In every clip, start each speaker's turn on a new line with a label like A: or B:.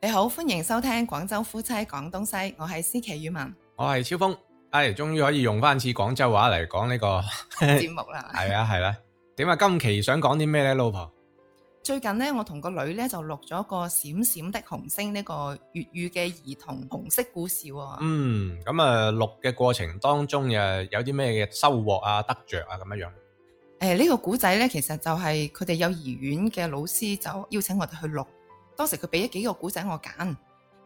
A: 你好，歡迎收聽廣州夫妻講東西，我係思琪宇文
B: 我係超峰，唉、終於可以用翻次廣州話嚟講 呢個，
A: 節目啦。
B: 係啊係啦。點啊？今期想講啲咩呢？老婆？
A: 最近呢，我同個女呢就錄咗個《閃閃的紅星》呢個粵語嘅兒童紅色故事喎、
B: 嗯，咁啊錄嘅過程當中誒有啲咩嘅收穫啊、得着啊咁樣樣。
A: 誒呃呢個古仔呢，其實就係佢哋幼兒園嘅老師就邀請我哋去錄。當時佢俾咗幾個古仔我揀，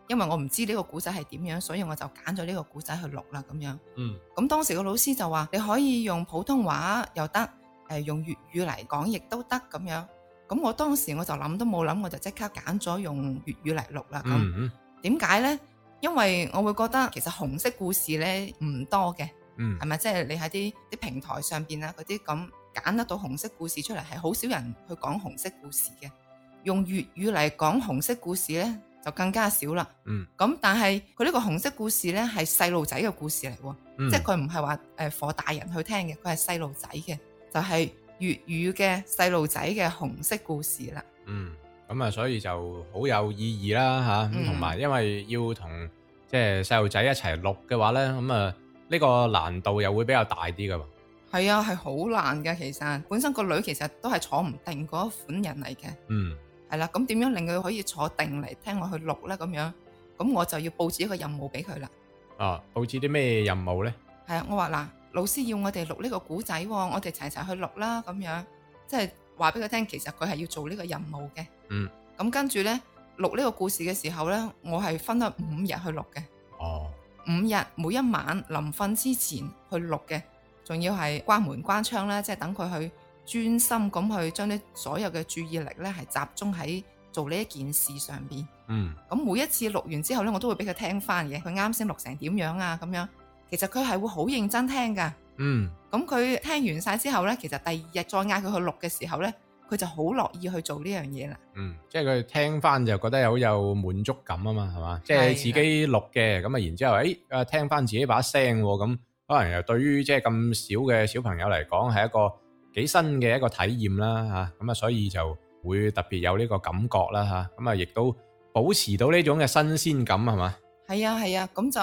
A: 因為我唔知呢個古仔係點樣，所以我就揀咗呢個古仔去錄啦咁樣。
B: 嗯
A: 咁當時個老師就話：你可以用普通話又得，誒、用粵語嚟講亦都得咁樣。咁我當時我就諗都冇諗，我就即刻揀咗用粵語嚟錄啦。啊咁
B: 嗯嗯
A: 點解呢？因為我會覺得其實紅色故事呢唔多嘅，
B: 嗯
A: 係咪？即係你喺啲啲平台上邊啊嗰啲咁揀得到紅色故事出嚟，係好少人去講紅色故事嘅。用粵語嚟講紅色故事呢，就更加少啦。
B: 嗯
A: 咁但係佢呢個紅色故事呢，係細路仔嘅故事嚟喎。
B: 嗯，
A: 即係佢唔係話誒課大人去聽嘅，佢係細路仔嘅，就係、粵語嘅細路仔嘅紅色故事啦。
B: 嗯，咁啊，所以就好有意義啦吓，
A: 嗯
B: 咁同埋因為要同即係細路仔一齊錄嘅話呢，咁啊呢個難度又會比較大啲噶。
A: 係啊，係好難嘅其實。本身個女其實都係坐唔定嗰一款人嚟嘅，
B: 嗯
A: 係啦。咁點樣令佢可以坐定嚟聽我去錄呢？咁樣，咁我就要佈置一個任務俾佢啦。
B: 啊，佈置啲咩任務呢？
A: 係啊，我話嗱，老師要我哋錄呢個古仔喎，我哋齊齊去錄啦，咁樣即係話俾佢聽，其實佢係要做呢個任務嘅。
B: 嗯。
A: 咁跟住呢，錄呢個故事嘅時候呢，我係分咗五日去錄嘅，
B: 哦，
A: 五日每一晚臨瞓之前去錄嘅，仲要係關門關窗啦，即係等佢去專心咁去將啲所有嘅注意力呢係集中喺做呢一件事上邊。
B: 嗯
A: 咁每一次錄完之後呢，我都會俾佢聽翻嘅，佢啱先錄成點樣啊咁樣。其實佢係會好認真聽㗎。
B: 嗯
A: 咁佢聽完晒之後呢，其實第二日再嗌佢去錄嘅時候呢，佢就好樂意去做呢樣嘢啦。
B: 嗯，即係佢聽翻就覺得好有滿足感啊嘛，係嘛？即係自己錄嘅，咁啊，然之後，誒、啊聽翻自己把聲喎，咁可能又對於即係咁少嘅小朋友嚟講，係一個幾新嘅一個體驗啦，嚇、咁啊，所以就會特別有呢個感覺啦，嚇、咁啊，亦都保持到呢種嘅新鮮感，係嘛？
A: 係啊係啊，咁就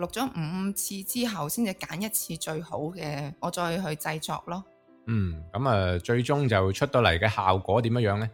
A: 錄咗五次之後，先至揀一次最好嘅，我再去製作咯。
B: 嗯，咁啊，最終就出到嚟嘅效果點樣樣呢？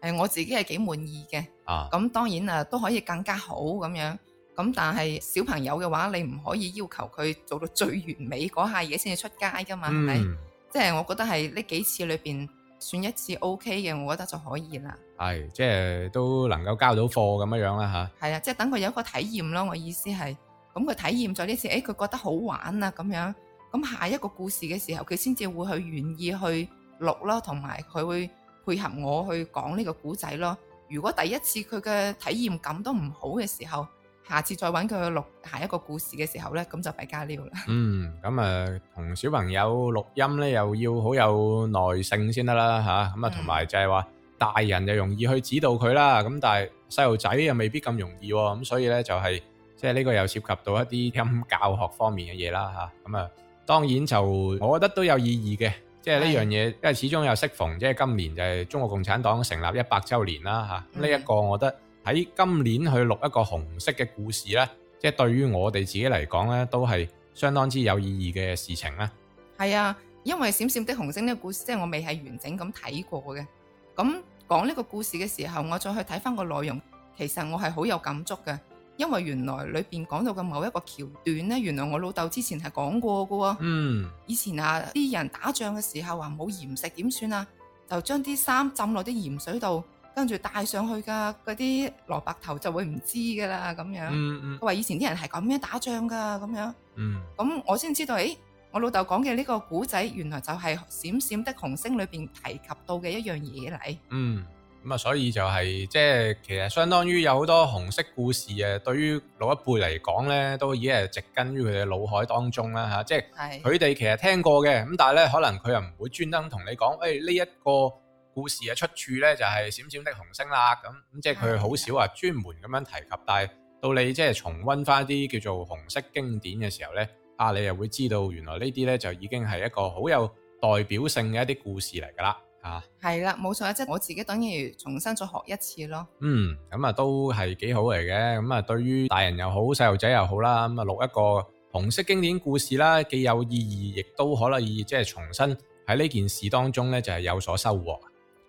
A: 誒、我自己係幾滿意嘅。
B: 啊，
A: 咁當然啊，都可以更加好咁樣。咁但係小朋友嘅話，你唔可以要求佢做到最完美嗰下嘢先至出街㗎嘛，係咪、
B: 嗯。
A: 即係我覺得係呢幾次裏邊選一次 OK 嘅，我覺得就可以啦。
B: 係，即係都能夠交到貨咁樣樣啦吓。
A: 係啊，即係等佢有一個體驗咯。我意思係，咁佢體驗咗呢次，誒、佢覺得好玩啊咁樣，咁下一個故事嘅時候，佢先至會去願意去錄咯，同埋佢會配合我去講呢個古仔咯。如果第一次佢嘅體驗感都唔好嘅時候，下次再揾佢去錄下一個故事嘅時候呢，咁就弊加料啦。
B: 嗯，咁啊，同小朋友錄音咧，又要好有耐性先得啦吓。咁啊，
A: 嗯
B: 同埋就係話大人就容易去指導佢啦，咁但係細路仔又未必咁容易喎。咁所以咧就係即係呢個又涉及到一啲音教學方面嘅嘢啦吓。咁啊，當然就我覺得都有意義嘅。即係呢
A: 係
B: 樣嘢，因為始終又適逢，即係今年就係中國共產黨成立一百週年啦嚇。
A: 嗯
B: 咁呢一個我覺得喺今年去錄一個紅色嘅故事咧，即係對於我哋自己嚟講咧，都係相當之有意義嘅事情啦。
A: 係啊，因為《閃閃的紅星》呢個故事，即係我未係完整咁睇過嘅。咁講呢個故事嘅時候，我再去睇翻個內容，其實我係好有感觸嘅，因為原來裏邊講到嘅某一個橋段呢，原來我老豆之前係講過嘅喎。
B: 嗯
A: 以前啊，啲人打仗嘅時候話冇鹽食點算啊，就將啲衫浸落啲鹽水度，跟住戴上去㗎，嗰啲蘿蔔頭就會唔知㗎啦咁樣。
B: 嗯嗯
A: 佢話、以前啲人係咁樣打仗㗎咁樣。
B: 嗯，
A: 咁我先知道，誒，我老豆講嘅呢個古仔，原來就係《閃閃的紅星》裏邊提及到嘅一樣嘢嚟。
B: 嗯，咁啊，所以就係、即係其實相當於有好多紅色故事啊，對於老一輩嚟講咧，都已經係植根於佢哋腦海當中啦嚇、即係。
A: 係
B: 佢哋其實聽過嘅，咁但係咧，可能佢又唔會專登同你講，誒呢一個故事啊嘅出處咧就係、閃閃的紅星啦，咁咁即係佢好少話專門咁樣提及，但係到你即係重温翻啲叫做紅色經典嘅時候咧，啊你又會知道原來呢啲咧就已經係一個好有代表性嘅一啲故事嚟㗎啦，啊，
C: 係啦，冇錯，即係我自己等於重新再學一次咯。
B: 嗯，咁啊都係幾好嚟嘅。咁啊，對於大人又好，細路仔又好啦，咁啊錄一個紅色經典故事啦，既有意義，亦都可以即係重新喺呢件事當中咧，就係有所收穫。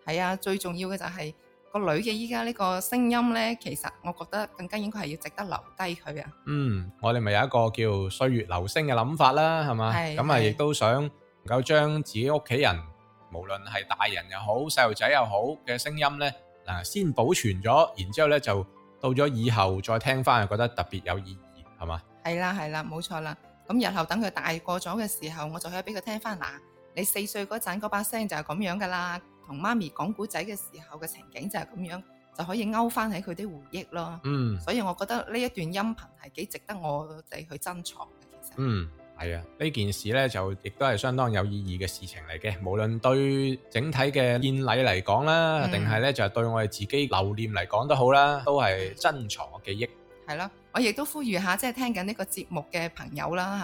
C: 係啊，最重要嘅就係、個女嘅依家呢個聲音咧，其實我覺得更加應該係要值得留低佢啊。
B: 嗯，我哋咪有一個叫歲月留聲嘅諗法啦，係嘛？
C: 係
B: 咁啊，
C: 係
B: 亦都想能夠將自己屋企人，無論係大人又好、細路仔又好嘅聲音呢，嗱先保存咗，然之後呢就到咗以後再聽翻，又覺得特別有意義，係嘛？
C: 係啦，係啦，冇錯啦。咁日後等佢大個咗嘅時候，我就可以俾佢聽翻嗱，你四歲嗰陣嗰把聲就係咁樣噶啦，同媽咪講古仔嘅時候嘅情景就係咁樣，就可以勾翻起佢啲回憶咯。
B: 嗯
C: 所以我覺得呢一段音頻係幾值得我哋去珍藏嘅，其實。
B: 嗯，係啊，呢件事呢就亦都係相當有意義嘅事情嚟嘅，無論對整體嘅獻禮嚟講啦，
C: 嗯
B: 定係呢就係對我哋自己留念嚟講都好啦，都係珍藏嘅記憶。
C: 係咯，我亦都呼籲下，即係聽緊呢個節目嘅朋友啦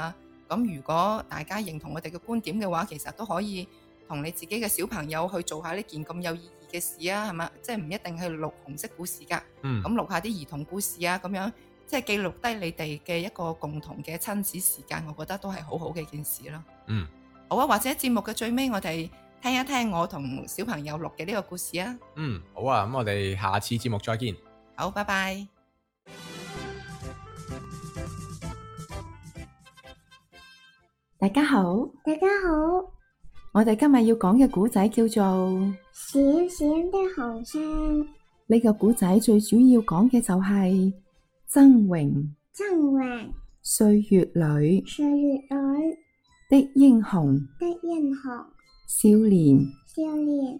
C: 吓。咁如果大家認同我哋嘅觀點嘅話，其實都可以同你自己嘅小朋友去做下呢件咁有意義嘅事啊，係嘛？即係唔一定係錄紅色故事㗎，
B: 嗯。
C: 咁錄下啲兒童故事啊，咁樣即係記錄低你哋嘅一個共同嘅親子時間，我覺得都係好好嘅一件事咯。
B: 嗯，
C: 好啊，或者節目嘅最尾，我哋聽一聽我同小朋友錄嘅呢個故事啊。
B: 嗯，好啊，咁我哋下次節目再見。
C: 好，拜拜。
A: 大家好，
D: 大家好，
A: 我哋今日要講嘅古仔叫做呢、
D: 小小的紅山，
A: 個古仔最主要講嘅就係崢嶸
D: 曾雲
A: 歲月裏
D: 歲月裏
A: 的英雄
D: 的英雄，
A: 少年
D: 少年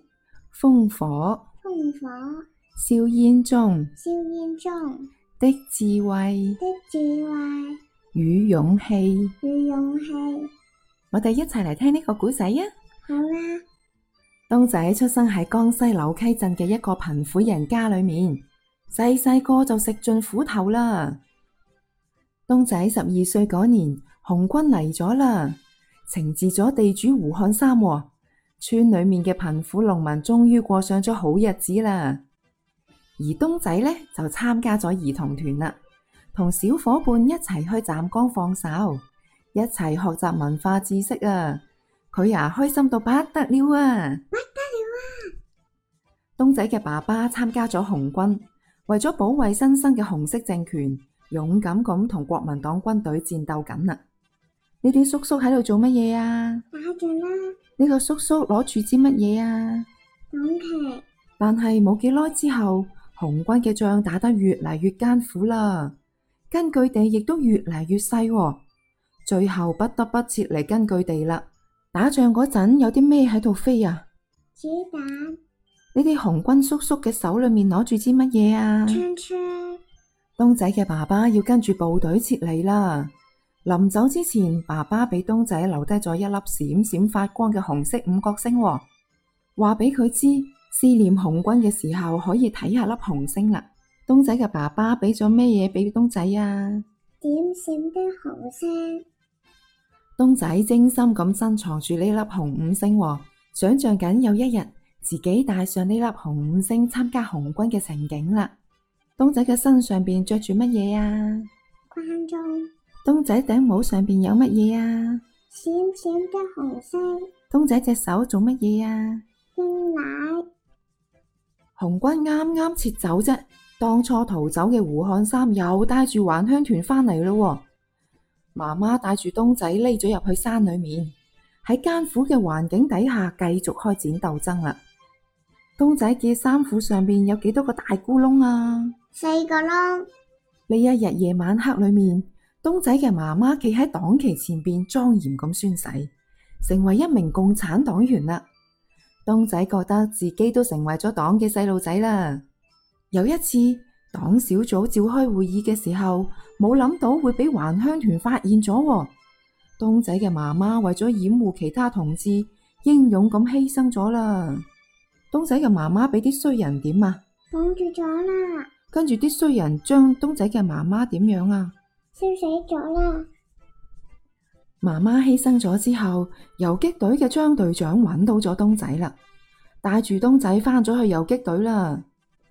A: 烽火
D: 烽火
A: 硝煙中
D: 硝煙中
A: 的智慧
D: 的智慧
A: 與勇氣。
D: 與勇氣。
A: 我哋一齊嚟聽呢個古仔啊！
D: 好啦，
A: 東仔出生喺江西柳溪鎮嘅一個貧苦人家裏面，細細個就食盡苦頭啦。東仔十二歲嗰年，紅軍嚟咗啦，懲治咗地主胡漢三喎，村裏面嘅貧苦農民終於過上咗好日子啦。而東仔呢，就參加咗兒童團啦，同小伙伴一齊去湛江放哨，一齊學習文化知識啊！佢呀開心到不得了啊！不得了啊！東仔嘅爸爸參加咗紅軍，為咗保衛新生嘅紅色政權，勇敢咁同國民黨軍隊戰鬥緊啦！你哋叔叔喺度做乜嘢啊？
D: 打住啦，
A: 呢個叔叔攞住支乜嘢啊？
D: 黨旗
A: 但係冇幾耐之後，紅軍嘅仗打得越嚟越艱苦啦，根據地亦都越嚟越細喎，最後不得不撤離根據地啦。打仗嗰陣有啲咩喺度飛啊？
D: 子彈
A: 你哋紅軍叔叔嘅手裏面攞住支乜嘢啊？
D: 槍槍，
A: 東仔嘅爸爸要跟住部隊撤離啦。臨走之前，爸爸俾東仔留低咗一粒閃閃發光嘅紅色五角星喎，話俾佢知思念紅軍嘅時候可以睇下粒紅星啦。東仔嘅爸爸俾咗咩嘢俾東仔啊？
D: 點閃的紅星，
A: 東仔精心咁珍藏住呢粒紅五星喎，想象緊有一日自己帶上呢粒紅五星參加紅軍嘅情景啦。東仔嘅身上邊着住乜嘢啊？
D: 關中
A: 東仔頂帽上邊有乜嘢啊？
D: 閃閃的紅星，
A: 東仔隻手做乜嘢啊？
D: 英奶
A: 紅軍啱啱撤走啫，當初逃走嘅胡漢三又帶住還鄉團返嚟咯喎。媽媽帶住東仔匿咗入去山裏面，喺艱苦嘅環境底下繼續開展鬥爭啦。東仔嘅衫褲上邊有幾多個大窟窿啊？
D: 四個窿，
A: 呢一日夜晚黑裏面，東仔嘅媽媽企喺黨旗前邊莊嚴咁宣誓，成為一名共產黨員啦。東仔覺得自己都成為咗黨嘅細路仔啦。有一次，黨小組召開會議嘅時候，冇諗到會俾還鄉團發現咗喎。東仔嘅媽媽為咗掩護其他同志，英勇咁犧牲咗啦。東仔嘅媽媽俾啲衰人點啊？
D: 綁住咗啦，
A: 跟住啲衰人將東仔嘅媽媽點樣啊？
D: 燒死咗啦，
A: 媽媽犧牲咗之後，游擊隊嘅張隊長揾到咗東仔啦。帶住東仔翻咗去游擊隊啦。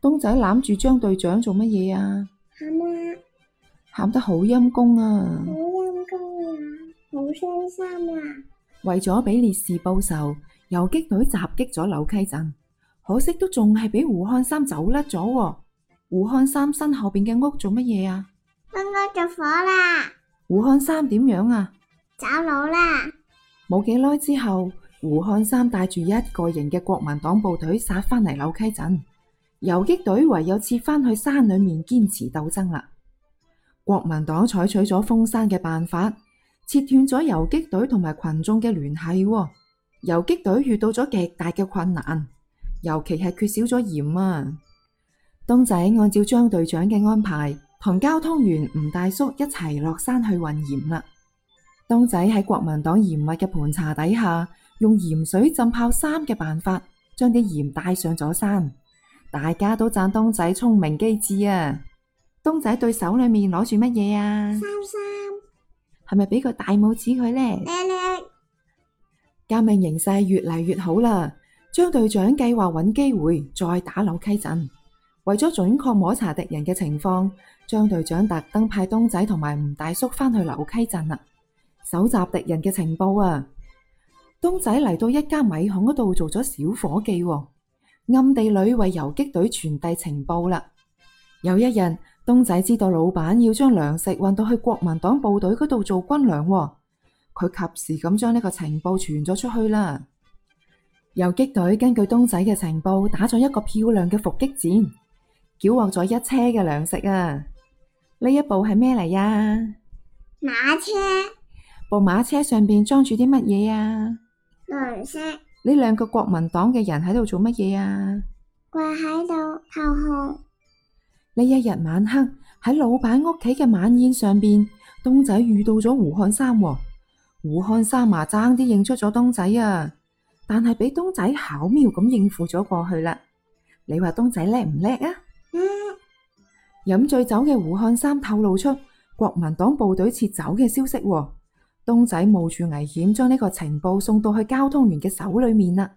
A: 東仔攬住張隊長做乜嘢啊？
D: 喊啊，
A: 喊得好陰公啊！
D: 好陰公啊，好傷心啊！
A: 為咗俾烈士報仇，游擊隊襲擊咗柳溪鎮，可惜都仲係俾胡漢三走甩咗喎。胡漢三身後邊嘅屋做乜嘢啊？
D: 温哥着火啦，
A: 胡漢三點樣啊？
D: 找佬啦，
A: 冇幾耐之後，胡漢三帶住一個人嘅國民黨部隊殺返嚟柳溪鎮，游擊隊唯有撤返去山裏面堅持鬥爭啦。國民黨採取咗封山嘅辦法，切斷咗游擊隊同埋群眾嘅聯繫喎。游擊隊遇到咗極大嘅困難，尤其係缺少咗鹽啊。東仔按照張隊長嘅安排，同交通員吳大叔一齊落山去運鹽啦。東仔喺國民黨嚴密嘅盤查底下，用鹽水浸泡衫嘅辦法，將啲鹽帶上咗山。大家都讚東仔聰明機智啊！東仔對手裏面攞住乜嘢啊
D: 三？三
A: 係咪俾個大拇指佢呢？
D: 叻叻，
A: 革命形勢越嚟越好啦，張隊長計劃揾機會再打柳溪鎮。為咗準確摸查敵人嘅情況，張隊長特登派東仔同埋吳大叔翻去柳溪鎮啦，搜集敵人嘅情報啊！東仔嚟到一家米行嗰度做咗小伙計喎，暗地裏為游擊隊傳遞情報啦。有一日，東仔知道老闆要將糧食運到去國民黨部隊嗰度做軍糧喎。佢及時咁將呢個情報傳咗出去啦。游擊隊根據東仔嘅情報，打咗一個漂亮嘅伏擊戰，繳獲咗一車嘅糧食啊！呢一部係咩嚟呀？
D: 馬車
A: 部馬車上邊裝住啲乜嘢啊？
D: 糧食
A: 呢兩個國民黨嘅人喺度做乜嘢啊？
D: 掛喺度投降，
A: 呢一日晚黑喺老闆屋企嘅晚宴上邊，東仔遇到咗胡漢三喎。胡漢三麻爭啲認出咗東仔啊，但係俾東仔巧妙咁應付咗過去啦。你話東仔叻唔叻啊？
D: 嗯，
A: 飲醉酒嘅胡漢三透露出國民黨部隊撤走嘅消息喎。東仔冒住危險將呢個情報送到去交通員嘅手裏面啦。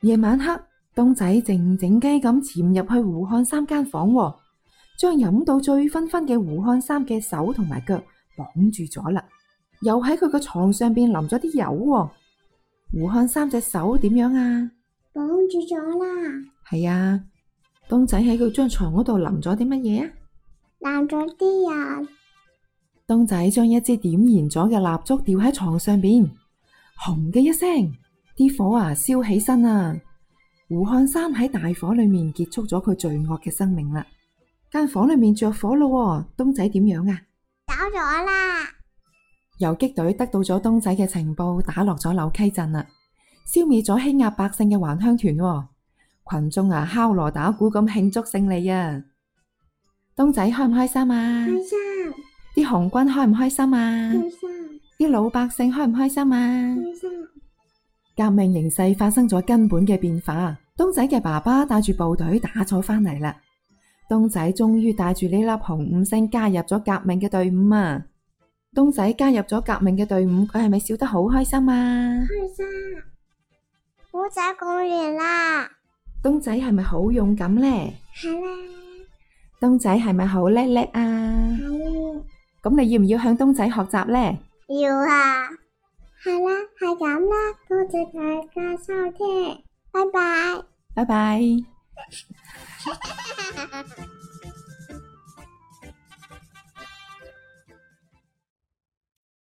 A: 夜晚黑，東仔靜靜雞咁潛入去胡漢三間房喎，將飲到醉醺醺嘅胡漢三嘅手同埋腳綁住咗啦，又喺佢個床上邊淋咗啲油喎。胡漢三隻手點樣啊？
D: 綁住咗啦，
A: 係啊，東仔喺佢張床嗰度淋咗啲乜嘢啊？
D: 攔咗啲人，
A: 東仔將一支點燃咗嘅蠟燭吊喺床上邊，紅嘅一聲，啲火啊燒起身啊！胡漢三喺大火裏面結束咗佢罪惡嘅生命啦。間房裏面着火咯喎，東仔點樣啊？
D: 找咗啦，
A: 游擊隊得到咗東仔嘅情報，打落咗柳溪鎮啦，消滅咗欺壓百姓嘅還鄉團喎。群眾啊敲鑼打鼓咁慶祝勝利啊！東仔開唔開心啊？
D: 開心
A: 啲紅軍開唔開心啊？
D: 開心
A: 啲老百姓開唔開心啊？
D: 開心，
A: 革命形勢發生咗根本嘅變化，東仔嘅爸爸帶住部隊打咗返嚟啦。東仔終於帶住呢粒紅五星加入咗革命嘅隊伍啊！東仔加入咗革命嘅隊伍，佢係咪笑得好開心啊？
D: 開心，古仔講完啦，
A: 東仔係咪好勇敢呢？
D: 係啦，
A: 東仔係咪好叻叻啊？
D: 係
A: 咁你要唔要向東仔學習呢？
D: 要啊，係啦，係咁啦，多謝大家 收聽，拜拜。
A: 拜拜。
D: 哈哈哈哈哈。